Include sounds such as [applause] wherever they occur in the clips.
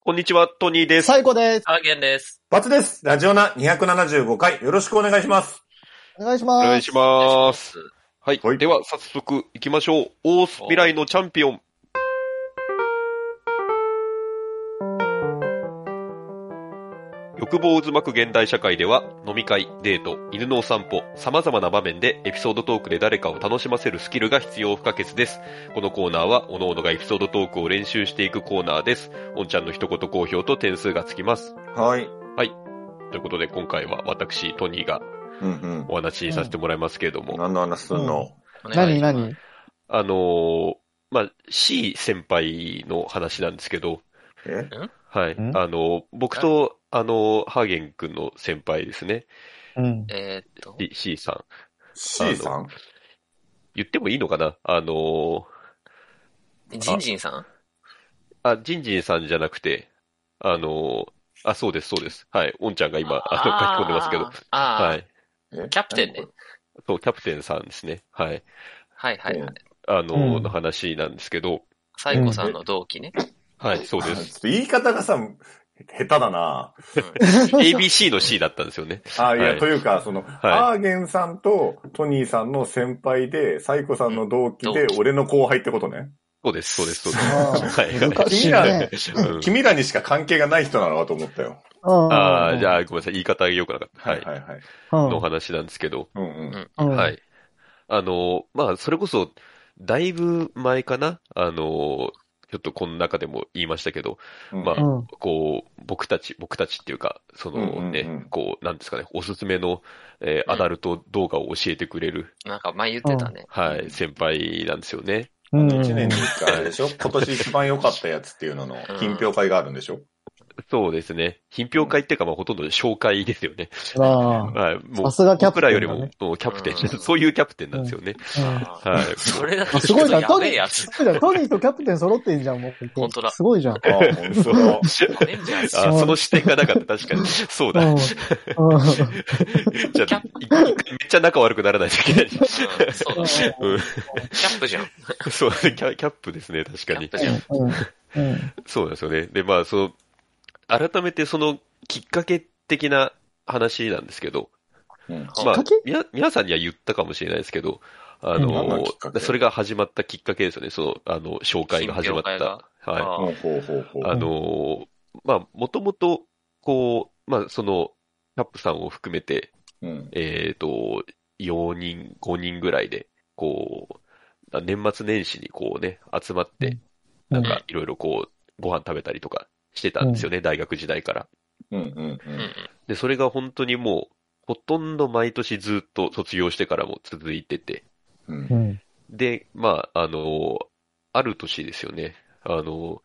こんにちは、トニーです。最高です。アーゲンです。バツです。ラジオナ275回、よろしくお願いします。お願いしおます。願いします。す。はい。はいでは、早速行きましょう。オース未来のチャンピオン。欲望を渦巻く現代社会では、飲み会、デート、犬のお散歩、様々な場面でエピソードトークで誰かを楽しませるスキルが必要不可欠です。このコーナーは、おのおのがエピソードトークを練習していくコーナーです。おんちゃんの一言好評と点数がつきます。はい。ということで、今回は私、トニーがうんお話しさせてもらいますけれども、うん。何の話すんの、お願い何します何あのーまあ、C 先輩の話なんですけど、えはい。あんのー僕と、あのーハーゲン君の先輩ですね。うん。えーっと、 C- C さん。 ?C さん言ってもいいのかなあのジンジンさんーあ、ジンジンさんじゃなくて、あのーあ、そうです、そうです。はい。オンちゃんが今、あの、書き込んでますけど。。あーはあー、い。えキャプテンね。そう、キャプテンさんですね。はい。はいはいはい。あのーうんの話なんですけど、サイコさんの同期ね。はい、そうあでちょす。っと言い方がさ、下手だなうん ABC の C だったんですよね。あいや、はいというか、その、アーゲンさんとトニーさんの先輩で、サイコさんの同期同、で期俺の後輩ってことね。そうです、そうです、そうです。あはい。ー難しいね。うん君らにしか関係がない人なのかと思ったよ。ああ、じゃああ、ごめんなさい。言い方が良くなかった。はい。はいはい。のお話なんですけど。うんうん。うん。はい。あの、まあ、それこそ、だいぶ前かなあの、ちょっとこの中でも言いましたけど、うんまあうん。こう、僕たち、僕たちっていうか、そのうんうんうんね、こう、なんですかね、おすすめの、えーうんアダルト動画を教えてくれる、なんか前言ってたね。はうい、ん先輩なんですよね。うん一年に一回あれでしょ今年一番良かったやつっていうのの、品評会があるんでしょそうですね。品評会っていうか、まあ、ほとんど紹介ですよね。あはい、もさう、すがキャプ僕らテよンりだもね。、もうキャプテン、うん [laughs] そういうキャプテンなんですよね。うんあーはい。それだあけすごいじゃん。やトニべえやー、つ。すごいじゃん。トニーとキャプテン揃ってんじゃん、もう。本当だすごいじゃん。あ、本当だ。アベンジャーズあ、その視点がなかった。確かに。そうだ。うんうんじゃあ、いめっちゃ仲悪くならないといけない。うんそうだね。うんキャップじゃん。そう、キャキャップですね、確キかャッにプ。じゃん。うんうんそうなんですよね。で、まあ、その、改めてそのきっかけ的な話なんですけど、うんきっまあかけ、みな皆さんには言ったかもしれないですけど、あうん何ののきっかけ、それが始まったきっかけですよね、その、あの、紹介が始まっ品評会がた。はい。あほーうほうほうほう。あのーまあ、もともと、こう、まあ、その、キャップさんを含めて、うん。えっ、と、4人、5人ぐらいで、こう、年末年始にこうね、集まって、うんなんかいろいろこう、ご飯食べたりとかしてたんですよね、大学時代から。うんうんううんん。で、それが本当にもう、ほとんど毎年ずっと卒業してからも続いてて、うんうんで、まあ、あの、ある年ですよね。あの、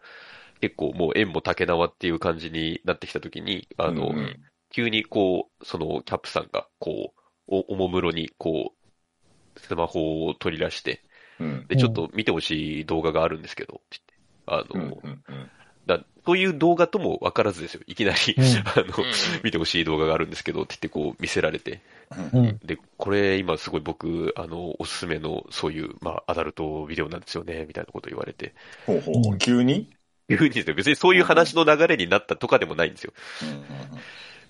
結構もう縁も竹縄っていう感じになってきた時に、あの、うんうん急にこう、そのキャップさんが、こう、お、おもむろに、こう、スマホを取り出して、うんで、うんちょっと見てほしい動画があるんですけど、って言って、あうんの、うんうんだそういう動画とも分からずですよ。いきなり、うんあの、見てほしい動画があるんですけど、って言ってこう見せられて。うんで、これ今すごい僕、あの、おすすめのそういう、まあ、アダルトビデオなんですよね、みたいなこと言われて。ほうほうほうんう。急にいうふうにですね、別にそういう話の流れになったとかでもないんですよ。うん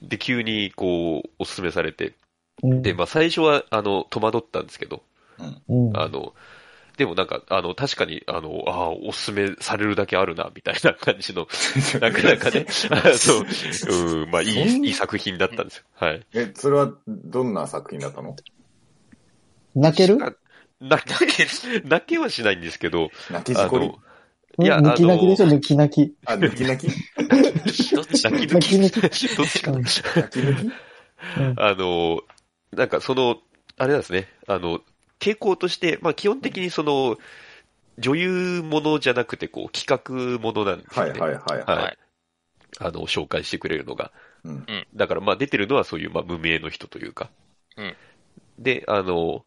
で、急にこう、おすすめされて。うんで、まあ、最初は、あの、戸惑ったんですけど、うんあの、でもなんか、あの、確かに、あの、ああ、おすすめされるだけあるな、みたいな感じの、なかなかね、あそう、うん、まあ、いい、いい作品だったんですよ。はい。え、それはどんな作品だったの泣ける泣け、泣けはしないんですけど、泣きあじこりの、いや抜き泣きでしょ、抜き泣き。あ、抜き泣きどっち泣き抜泣きき、 [laughs] 抜き。どっちかなうん泣き抜きう [laughs] んあの、なんかその、あれなんですね、あの、傾向として、まあ基本的にその、女優ものじゃなくて、こう、企画ものなんですはよいね。。はいいははい。い。はいあの、紹介してくれるのが。うんだからまあ出てるのはそういう、まあ無名の人というか。うんで、あの、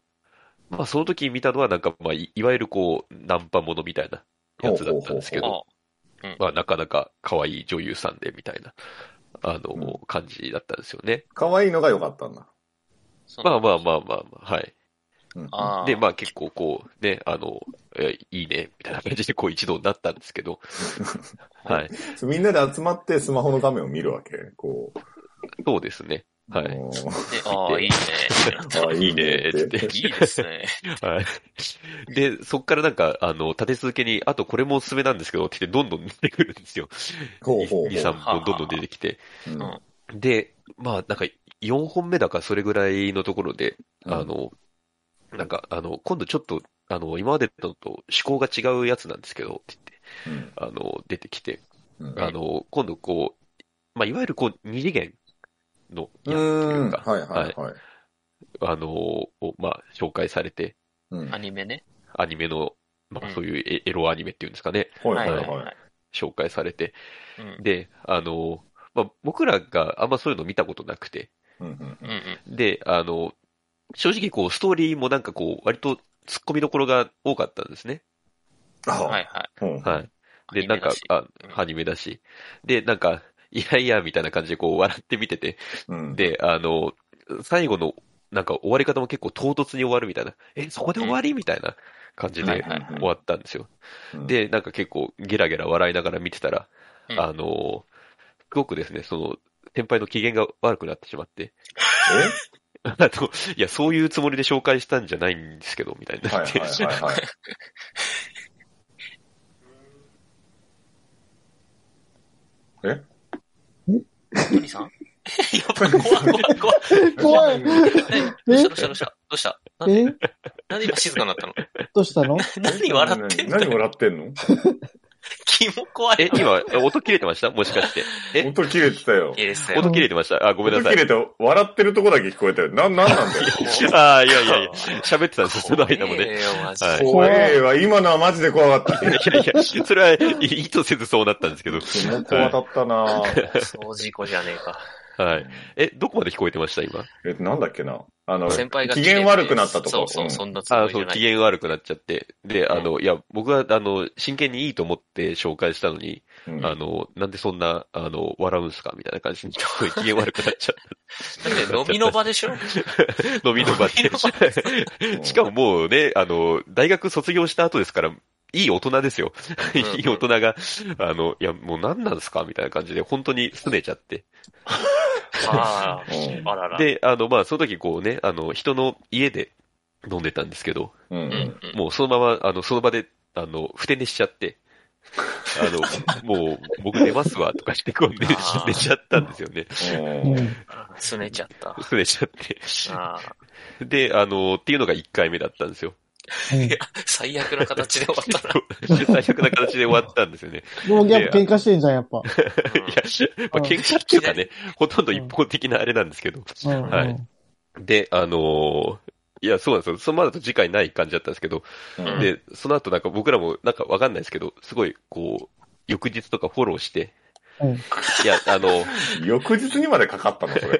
まあその時見たのはなんか、まあいいわゆるこう、ナンパものみたいなやつだったんですけど、あまあなかなか可愛い女優さんでみたいな、あの、うん感じだったんですよね。可愛いのが良かったんだ。そうまあまあまあまあまあ、はい。うんああ。で、まあ結構こう、ね、あの、えいいね、みたいな感じでこう一同になったんですけ [laughs] ど、はい。そうみんなで集まってスマホの画面を見るわけ。こう。そうですね。 [laughs] はい。もうねああ、いいね。ああ、いいね。っいいねて。 [laughs] いいですね。はい。で、そっからなんか、あの、立て続けに、あとこれもおすすめなんですけど、って言ってどんどん出てくるんですよ。ほうほうほう。 2、3本どんどん出てきて。うんうんで、まあ、なんか、4本目だか、それぐらいのところで、うんあの、なんか、あの、今度ちょっと、あの、今までのと趣向が違うやつなんですけど、ってうん言って、あの、出てきて、うんあの、今度こう、まあ、いわゆるこう、二次元のうやつっていー。うんか、はいはいはい。あの、を、まあ、紹介されて、うんアニメね。アニメの、まあう、ん。そういうエエロアニメっていうんですかね、はいはいははい紹介されて、うん。で、あの、まあ、僕らがあんまそういうの見たことなくて、い。うんうんうん。で、あの、正直こう、ストーリーもなんかこう、割と突っ込みどころが多かったんですね。はあいはうんはい。い。で、なんか、あ、うんアニメだし。で、なんか、いやいや、みたいな感じでこう、笑って見てて。うん。で、あの、最後の、なんか終わり方も結構唐突に終わるみたいな。え、そこで終わりみたいな感じはでいはいはい終わったんですよ。うん、で、なんか結構ゲラゲラ笑いながら見てたら、うんあの、すごくですね、その、先輩の機嫌が悪くなってしまって、 [laughs] あの、いや、そういうつもりで紹介したんじゃないんですけど、みたいにえなはっいて、はいはいはい。トニーさん [laughs] やばい、怖い怖い怖い。怖いどうしたどうしたどうしたどうしたなえなんで今静かになったのどうしたの何笑ってんの何笑ってんの気も怖えい。、今、音切れてましたもしかして。え音切れてたよい。いですね。音切れてましたあ、ごめんな音さ切い。れて笑ってるとこだけ聞こえたよ。な、なんなんだよ。ああ、いやいやいや、喋ってたんですよ、その間も怖ね。えよマジはでい怖えわ。今のはマジで怖かっいやいや、それは意図せずそうなったんですけど。た。もう怖かったなぁ。そう事故じゃねえか。はい。え、どこまで聞こえてました今。えっと、なんだっけな。あの、先輩が機嫌悪くなったとか。そうそうう、んそんなつもありじそゃう、な機い。嫌悪くなっちゃって。で、あの、いや、僕は、あの、真剣にいいと思って紹介したのに、うんあの、なんでそんな、あの、笑うんすかみたいな感じに、ちょっと機嫌悪くなっちゃっだって飲みの場でしょ [laughs] た。飲みの場で飲み [laughs] の場。しかももうね、あの、大学卒業した後ですから、いい大人ですよ。うんいい大人が、あの、いや、もう何なんですかみたいな感じで、本当に拗ねちゃって。あうんあ、あらら。で、あの、まあ、その時こうね、あの、人の家で飲んでたんですけど、ううんん。うんもうそのまま、あの、その場で、あの、ふて寝しちゃって、あ [laughs] の、もう、僕寝ますわ、とかして、こう寝あー寝ちゃったんですよね。うんうんすねちゃった。ふて寝しちゃって。ああ、で、あの、っていうのが1回目だったんですよ。うん最悪な形で終わったな。最悪な形 [laughs] で終わったんですよね。でもギャップ喧嘩してんじゃん、やっぱ。うんいや、まあ、うん喧嘩っていうかね、ほとんど一方的なあれなんですけど。うんうんはいで、あのーいや、そうなんですよ。そのままだと次回ない感じだったんですけど、うんで、その後なんか僕らもなんかわかんないですけど、すごいこう、翌日とかフォローして、うんいや、あの、翌日にまでかかったの、それ。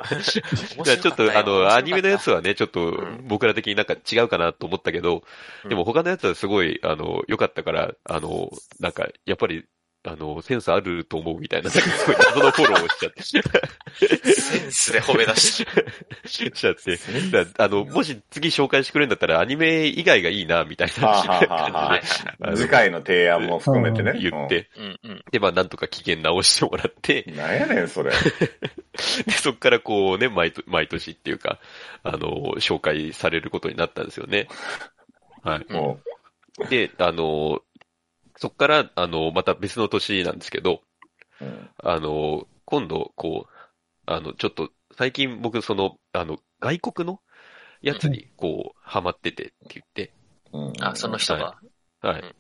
じゃあちょっとあの、アニメのやつは、はね、ちょっとうん僕ら的になんか違うかなと思ったけど、うんでも他のやつはすごい、あの、良かったから、あの、なんか、やっぱり、あの、センスあると思うみたいな、なんかすごい謎のフォローをしちゃって、センスで [laughs] 褒め出し [laughs] しちゃって、だからあの、もし次紹介してくれるんだったらアニメ以外がいいな、みたいはなあ、はあた。はあはははいはいい。あの次回の提案も含めてね。言って、うんうん。で、まあなんとか機嫌直してもらってう、ん。なんやねん、それ。で、そっからこうね、毎年毎年っていうか、あの、紹介されることになったんですよね。はい。もで、あの、そっから、あの、また別の年なんですけど、う。うんあの、今度、こう、あの、ちょっと、最近僕、その、あの、外国のやつに、こう、ハマっててって言って、うんあ、その人が。はうんい。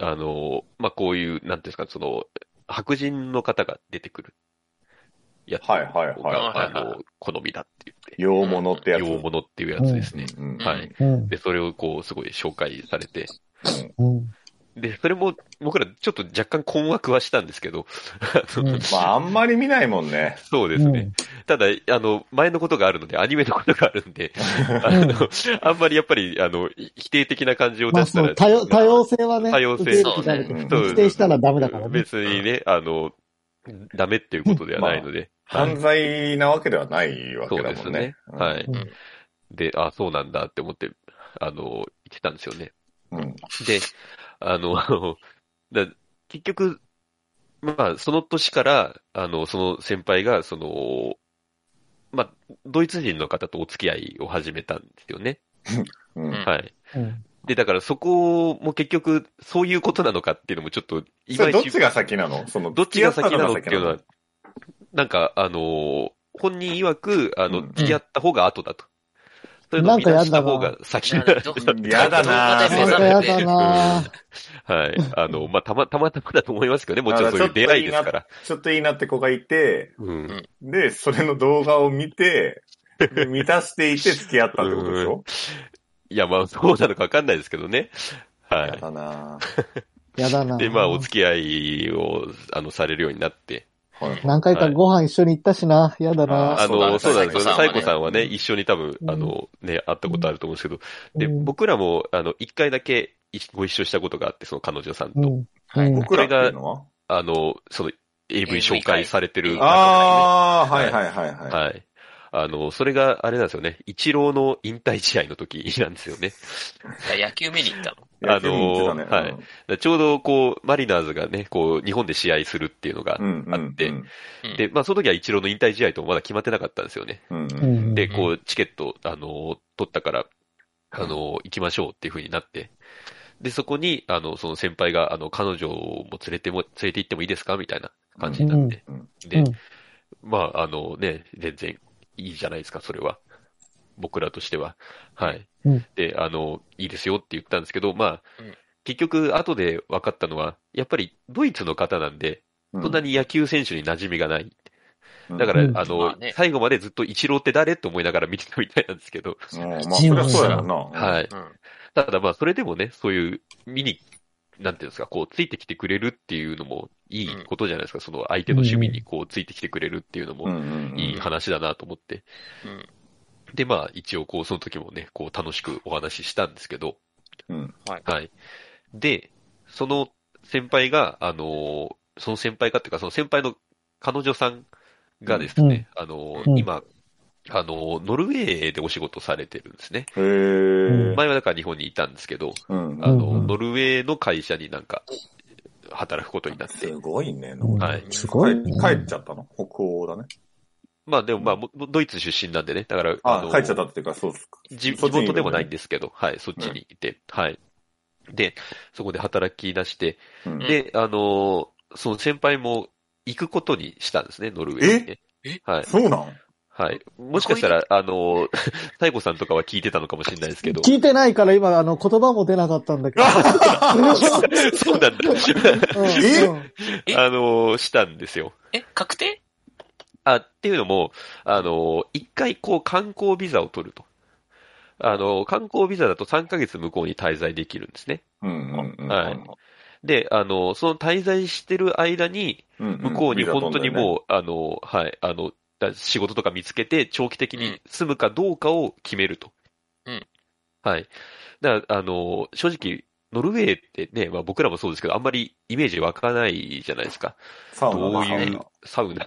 あの、まあ、こういう、なんていうんですか、その、白人の方が出てくる。やつはいはいはいがあはいはいの、好みだって洋物っ言てやっつ。て、洋物っていうやつですね。うん。うんはい。うんで、それをこう、すごい紹介されて、うんで、それも、僕らちょっと若干困惑はしたんですけど、うんまあ、あんまり見ないもんね。 [laughs] そうですね。ただ、あの、前のことがあるので、アニメのことがあるんで、あの、あんまりやっぱり、あの、否定的な感じをまあ出しそたのら、多様多様性はね、多様性受け入れていかないとそうねそう否定したらダメだからね。別にね、あの、ダメっていうことではないので、 [laughs] はい犯罪なわけではないわけだもんね。そうですねはいうんで、あ、そうなんだって思って、あの、言ってたんですよね。うん。で、あの、 [laughs] だ結局、まあ、その年から、あの、その先輩が、その、まあ、ドイツ人の方とお付き合いを始めたんですよね。うん。はい。うん。で、だからそこも結局、そういうことなのかっていうのもちょっと、いそまれいどっちちが先なのその、どっちが先なのっていうのは付、なんか、あのー本人曰く、あの、うん付き合った方が後だと。そういうのを見出した方が [laughs] 先だ。き合ったのがど先ななんかのやだなやどうだなぁ。はい。あの、まあ、たま、たまたまだと思いますけどね。もちろんそういう出会いですから。ちょっといいなって子がいて、うん。で、それの動画を [laughs] 見て、で満たしていて付き合ったってことでしょいや、まあ、そうなのかわかんないですけどね。 [laughs] はやい。だなやだなぁ。で、まあ、お付き合いを、あの、されるようになって。ぁ。はい何回かご飯一緒に行ったしな。やだあなあぁ。の、そそううななんんでですすよよね。サイコさんはね、うん一緒に多分、あの、ね、会ったことあると思うんですけど。で、うん僕らも、あの、一回だけ一ご一緒したことがあって、その彼女さんと。うん。はいうん僕らっていうのはあの、その AV 紹介されてる。ああ、はいはいはいはい。はい。あの、それがあれなんですよね。一郎の引退試合の時なんですよね。いや野球見に行ったの。あのー野球見てたねはいだちょうどこう、マリナーズがね、こう、日本で試合するっていうのがう、んうんうんあってうんうんで、まあその時は一郎の引退試合ともまだ決まってなかったんですよね。うんううんん。で、こう、チケット、あの、取ったから、あの、行きましょうっていう風になって。で、そこに、あの、その先輩が、あの、彼女も連れても、連れて行ってもいいですかみたいな感じになって。うんで、うんまあ、あのね、全然いいじゃないですか、それは。僕らとしては。はい。うんで、あの、いいですよって言ったんですけど、まあ、うん結局、後で分かったのは、やっぱりドイツの方なんで、そんなに。に野球選手に馴染みがない。うんだから、うんあの、まあね最後までずっと一郎って誰って思いながら見てたみたいなんですけど、うんまあ、それはそうやろうな。。はいい。うん。ただまあ、それでもね、そういう、見に、なんていうんですか、こう、ついてきてくれるっていうのもいいことじゃないですか、その相手の趣味にこう、ついてきてくれるっていうのもう、んうんいい話だなと思って。うんで、まあ、一応、こう、その時もね、こう、楽しくお話ししたんですけど、うん。はい。で、その先輩が、あのーその先輩がっていうか、その先輩の彼女さんがですね、あのーうん今、あのーノルウェーでお仕事されてるんですね。へえ。前はだから日本にいたんですけど、うんあのーうんうんノルウェーの会社になんか、働くことになってす、ごいね。うんはいすごいね。帰帰っちゃったの北欧だね。まあでもまあ、もドイツ出身なんでね、だから、あの、ー帰っちゃったっていうか、そうっすか。地そっ地ちにいる元でもないんですけど、はい、そっちにいて、はい。で、そこで働き出して、うんで、あのーその先輩も行くことにしたんですね、ノルウェーにね。えはい、そうなんはい。もしかしたら、あのー、 [laughs] 太子さんとかは聞いてたのかもしれないですけ [laughs] ど、聞いてないから今、あの、言葉も出なかったんだけど。 [laughs] そうなんだ。うんうん [laughs] えあのーしたんですよ。え、確定あ、っていうのも、あの、一回こう観光ビザを取ると。あの、観光ビザだと3ヶ月向こうに滞在できるんですね。 [laughs] うんうんうん。はいで、あの、その滞在してる間に、向向こうに本当にもう、あの、はい、あの、だ仕事とか見つけて、長期的に住むかどうかを決めると。うんはい。だから、あの、正直、ノルウェーってね、まあ僕らもそうですけど、あんまりイメージ湧かないじゃないですか。サウナどうサウいうナサウナ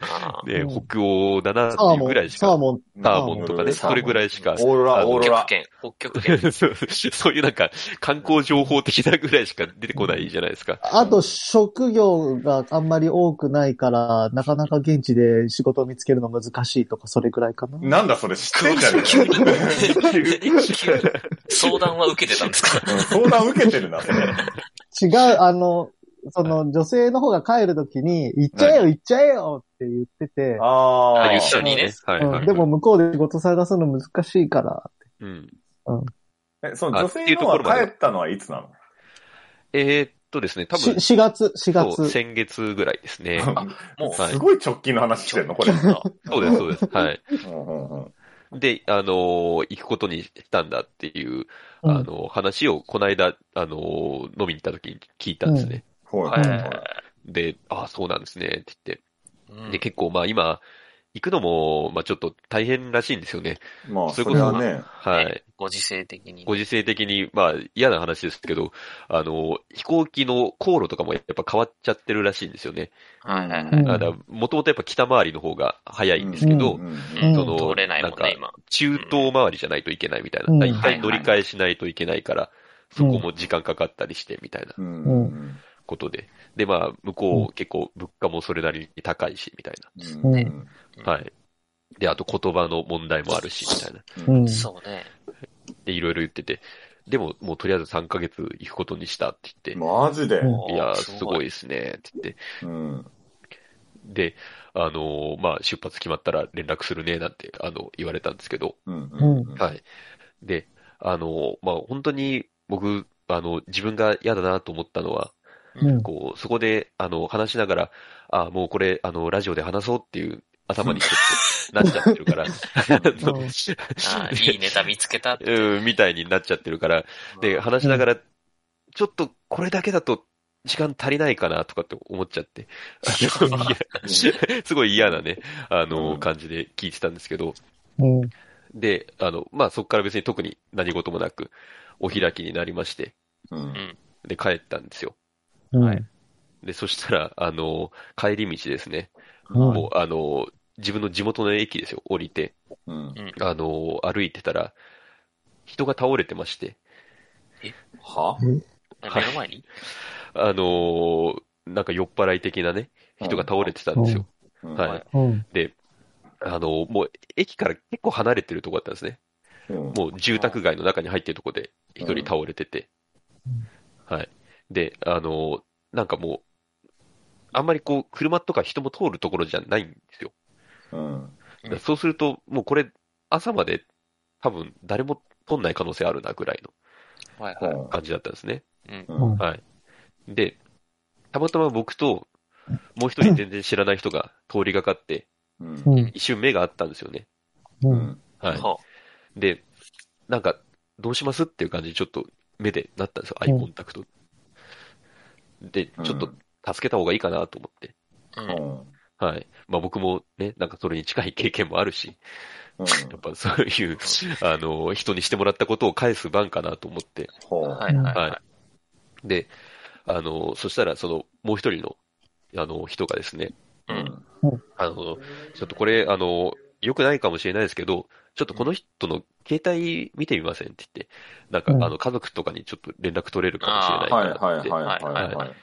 あで、うん北欧だなってサーいうモぐらいン、しサーか、モン。サーモンとかね、サーそモンれぐらいしかオ、ーロラ、あのオーあ。ロ北極ラ。圏、北極 [laughs] 圏。そう [laughs] そういうなんか、観光情報的なぐらいしか出てこないじゃないです [laughs] か。あと、職業があんまり多くないから、なかなか現地で仕事を見つけるの難しいとか、それくらいかな。なんだそれ知ってんじゃね急に [laughs] 急に相談は受けてたんですかえか。相談受けてるな、それ。違う、 [laughs] あの、その、女性の方が帰るときに、行っちゃえよ、行っちゃえよって言ってて、あああ。言ってたのにね。はいはうい。んでも、向こうで仕事探すの難しいから。うん。え、その女性のは帰ったのはいつなのえーっとですね、多し分、 4月、4そう月。先月ぐらいですね。もう、はいすごい直近の話してんのこれ。うん [laughs] そうです、そうです。 [laughs] はい。うんうんで、あのー行くことにしたんだっていう、うんあのー話を、この間、あのー飲みに行った時に聞いたんですね。ほいはほいいほい。で、ああ、そうなんですね、って言って。うんで、結構まあ今、行くのも、まあちょっと大変らしいんですよね。まあ、そうそいうこれとはね、はい。ご時世的に。ご時世的に、まあ嫌な話ですけど、あの、飛行機の航路とかもやっぱ変わっちゃってるらしいんですよね。はいはいはうい。んあだもともとやっぱ北回りの方が早いんですけど、うんうんその、通れないもんなんかね、今。中東回りじゃないといけないみたいな。うんだいたい乗り換えしないといけないから、そこも時間かかったりしてみたいなうんううんことで。で、まあ、向こう結構物価もそれなりに高いし、みたいうんねうんな。はい。で、あと言葉の問題もあるし、みたいな。うん。そうね。で、いろいろ言ってて。でも、もうとりあえず3ヶ月行くことにしたって言って。マジで、うんいやー、おーすごい。ですね、って言って。うんで、あのーまあ、出発決まったら連絡するね、なんて、あの、言われたんですけど。うんうはい。で、あの、まあ、本当に僕、あの、自分が嫌だなと思ったのは、うん。こう、そこで、あの、話しながら、あ、もうこれ、あの、ラジオで話そうっていう頭にちょっとなっちゃってる [laughs] から、うんあーいいネタ見つけたって。うん、みたいになっちゃってるから、で、話しながら、ちょっとこれだけだと時間足りないかなとかって思っちゃって、あのいやすごい嫌なね、あうの、ん感じで聞いてたんですけど、うん。で、あの、まあ、そこから別に特に何事もなく、お開きになりまして、うんで、帰ったんですよ。うん。はいで、そしたら、あの、帰り道ですね。うんもう、あの、自分の地元の駅ですよ、降りて、うんあの、歩いてたら、人が倒れてまして、は目の前にあの、なんか酔っ払い的なね、人が倒れてたんですよ。うんはい。うん。あの、もう、駅から結構離れてるとこだったんですね。うんもう住宅街の中に入ってるとこで一人倒れててうん。はい。で、あの、なんかもう、あんまりこう、車とか人も通るところじゃないんですよ。うんだからそうすると、もうこれ、朝まで多分誰も通んない可能性あるなぐらいはいは。はいの感じだったんですね。うん。うんはい。で、たまたま僕と、もう一人全然知らない人が通りがかって、うんうん。一瞬目があったんですよね。う。うんんはい。ほで、なんか、どうしますっていう感じで、ちょっと目でなったんですよ、アイコンタクト。で、ちょっと助けた方がいいかなと思って。うううんんはい。まあ僕もね、なんかそれに近い経験もあるし、うんやっぱそういう、あの、人にしてもらったことを返す番かなと思って。ははいはいははで、あの、そしたら、その、もう一人の、あの、人がですね、い。うん。あの、ちょっとこれ、あの、良くないかもしれないですけど、ちょっとこの人の携帯見てみませんって言って、なんか、うんあの、家族とかにちょっと連絡取れるかもしれないいかはいらって、はいはいはいはい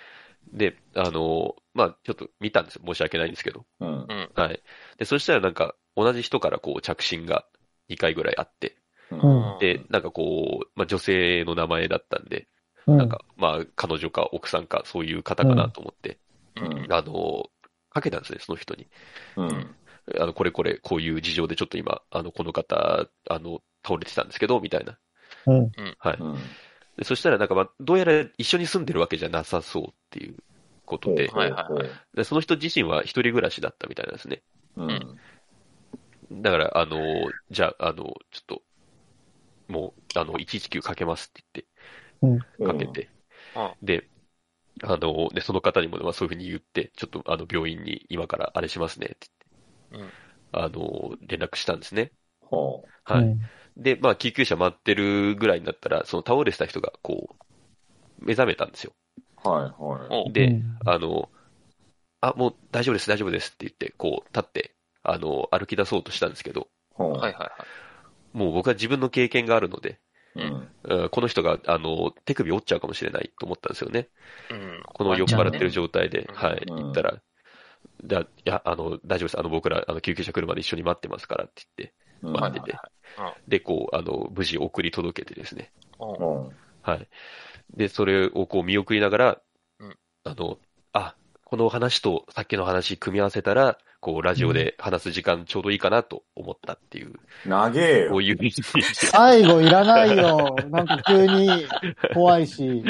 で、あの、まあ、ちょっと見たんですよ。申し訳ないんですけど。うんうん。はい。で、そしたらなんか、同じ人からこう、着信が2回ぐらいあって、うんで、なんかこう、まあ、女性の名前だったんで、うん。なんか、まあ、彼女か奥さんか、そういう方かなと思って、うんあの、かけたんですね、その人に。うんあの、これこれ、こういう事情でちょっと今、あの、この方、あの、倒れてたんですけど、みたいな。うん。うんでそしたらなんか、まあ、どうやら一緒に住んでるわけじゃなさそうっていうことで、はいはいはいでその人自身は一人暮らしだったみたいなんですね。うんだから、あの、じゃあ、あの、ちょっと、もう、あの、119かけますって言って、かけてうん。で、あの、で、その方にも、まあ、そういうふうに言って、ちょっと、あの、病院に今からあれしますねって言って、あの、連絡したんですね。ははい。。で、まあ、救急車待ってるぐらいになったら、その倒れてた人が、こう、目覚めたんですよ。あはいはいおで、、あの、あ、もう大丈夫です、大丈夫ですって言って、こう、立って、あの、歩き出そうとしたんですけど、ははいはいはい。もう僕は自分の経験があるので、いうんうんこの人が、あの、手首折っちゃうかもしれないと思ったんですよね。うん。この酔っ払ってる状態で、ワンチャはンい、うん行ったら、だいや、あの、大丈夫です。あの、僕ら、あの、救急車来るまで一緒に待ってますからって言って、うん待っててはいはいはい。で、こう、あの、無事送り届けてですね。おううんはい。で、それをこう見送りながらうん、あの、あ、この話とさっきの話組み合わせたら、こう、ラジオで話す時間ちょうどいいかなと思ったっていう、長えこよういう最後いらない [laughs] よ。なんか急に怖いし。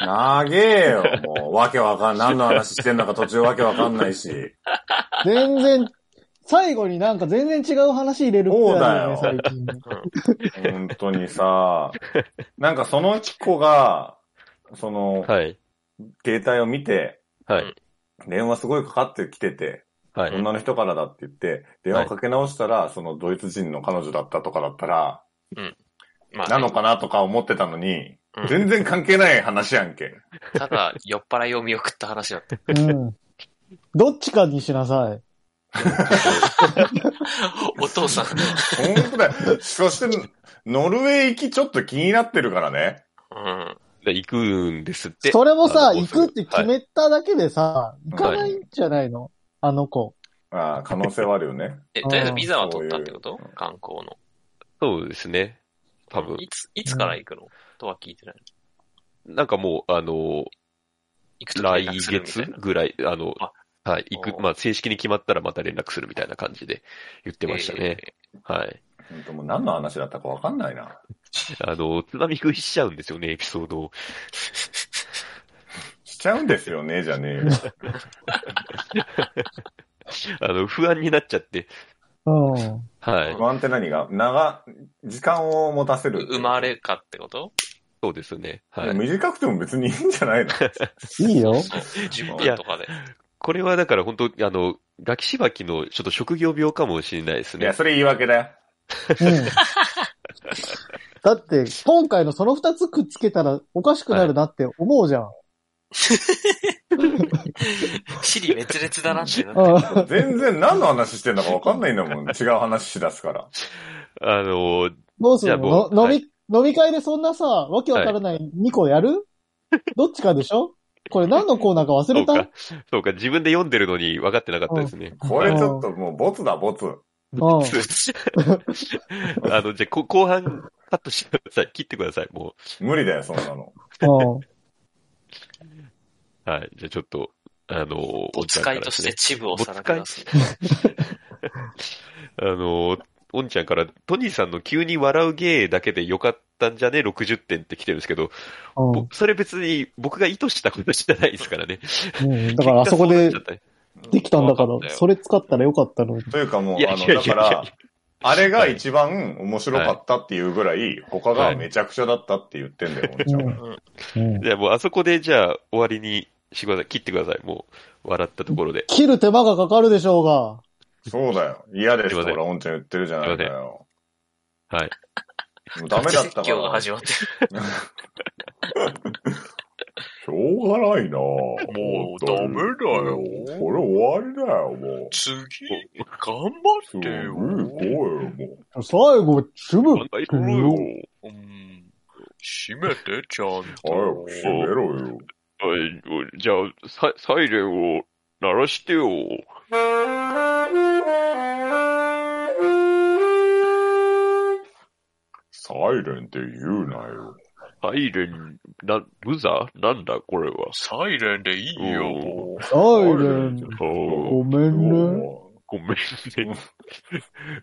長えよもうわけわかん何の話してんのか途中わけわかんないし全然、最後になんか全然違う話入れるっぽいあるよね、そう最近。本当 [laughs] にさなんかその子がその [laughs] はい。携帯を見てはい。電話すごいかかってきててはい。女の人からだって言って、電話かけ直したら、そのドイツ人の彼女だったとかだったら、まあ、なのかなとか思ってたのに、うん全然関係ない話やんけ。ただ、酔っ払いを見送った話 [laughs] だった。うん。どっちかにしなさい。お父さん。本当だよ。 [laughs] そして、ノルウェー行きちょっと気になってるからね。うん。で行くんですって。それもさ、あの行くって決めただけでさ、行かないんじゃないのあの子。ああ、可能性はあるよね。え、うんとりあえずビザは取ったってことそういう観光の。そうですね。多分。いつ、いつから行くのとは聞いてない。なんかもう、あの、行くと来連絡するみた月いなぐらい、あのあ、はい、行おく、ーまあ、正式に決まったらまた連絡するみたいな感じで言ってましたね。はい。本当もう何の話だったかわかんないな。あの、つまみ食いしちゃうんですよね、エピソードを。しちゃうんですよね、じゃねえよ。あの、不安になっちゃって。うん。はい。不安って何が長、時間を持たせえーる。生まれかってことそうですね。はい。短くても別にいいんじ [laughs] ゃないのいいよ。そう。10いや分とかで。これはだから本当あの、ガキしばきのちょっと職業病かもしれないですいや、ね。それ言い訳だよ。 [laughs] うん。だって、今回のその二つくっつけたらおかしくなるなって思うじゃん。シリ滅裂だなってなって。うん全然何の話してんだかわかんないんだ [laughs] もん。違う話しだすから。あの、どうすじるゃあものうのはい飲み、飲み会でそんなさ、わけわからない2個やるどっちかでしょこれ何のコーナーか忘それうかた、そうか、自分で読んでるのに分かってなかったですね。これちょっともうボツだ、ボツ。うん。 [laughs] あの、じゃあ、こ後半、カットしてください。切ってください、も無理だよ、そんなの。うん。う。はい。じゃあ、ちょっと、あの、お使いとしてチブをさらけ出す。あの、おんちゃんから、トニーさんの急に笑う芸だけでよかったんじゃね ?60 点って来てるんですけど、うぼそれ別に僕が意図したことじゃないですからね。んうん。だからあそこで結果うなっちゃっできたんだかわかったら、よそれ使ったらよかったのに。というかもたう、いやあいの、やだいやかいやら、あれが一番面白かったっていうぐらい、他がめちゃくちゃだったって言ってんだよ、俺ちゃん。うんじゃあもうあそこでじゃあ終わりにしてください。切ってください。もう、笑ったところで。切る手間がかかるでしょうが。そうだよ。嫌ですと、すいませほんら、おんちゃん言ってるじゃないかよ。はい。もうダメだったから。説教が始まってる。しょうがないなももうダメだよこれ終わりだよ、もう。次、頑すごいよ、も最後、チュブ頑張りろよ。うん。閉めて、ちゃんう。早く閉めろよ。はいじゃあ、ササイレンを鳴らしてよ。サイレンって言うなよ。サイレン、な、ブザーなんだこれは。サイレンでいいよ、もう。サイレン。おごめんね。ごめんね。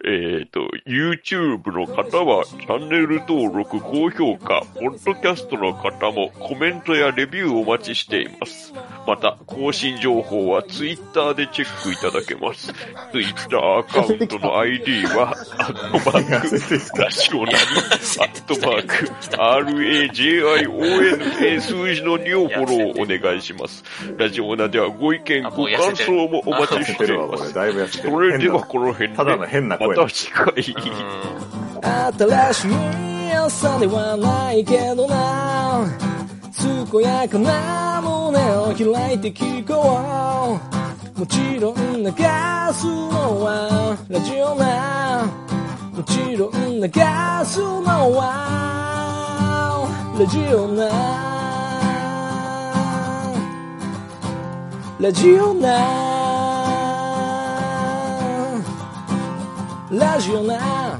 えっと、YouTube の方はチャンネル登録、高評価、ポッドキャストの方もコメントやレビューをお待ちしています。また、更新情報は Twitter でチェックいただけます。Twitter アカウントの ID は、アットマーク、ラジオナに、アットマーク、RAJIONA 数字の2をフォローお願いします。ラジオナではご意見、ご感想もお待痩ちせしてているわ、まこれ。す。だいぶ痩せてる。それではこの辺で、変なただの変なま声だた次回。新しい朝ではないけどな健やかな胸を開いて聞こうもちろん流すのはラジオなもちろん流すのはラジオなラジオなラジオな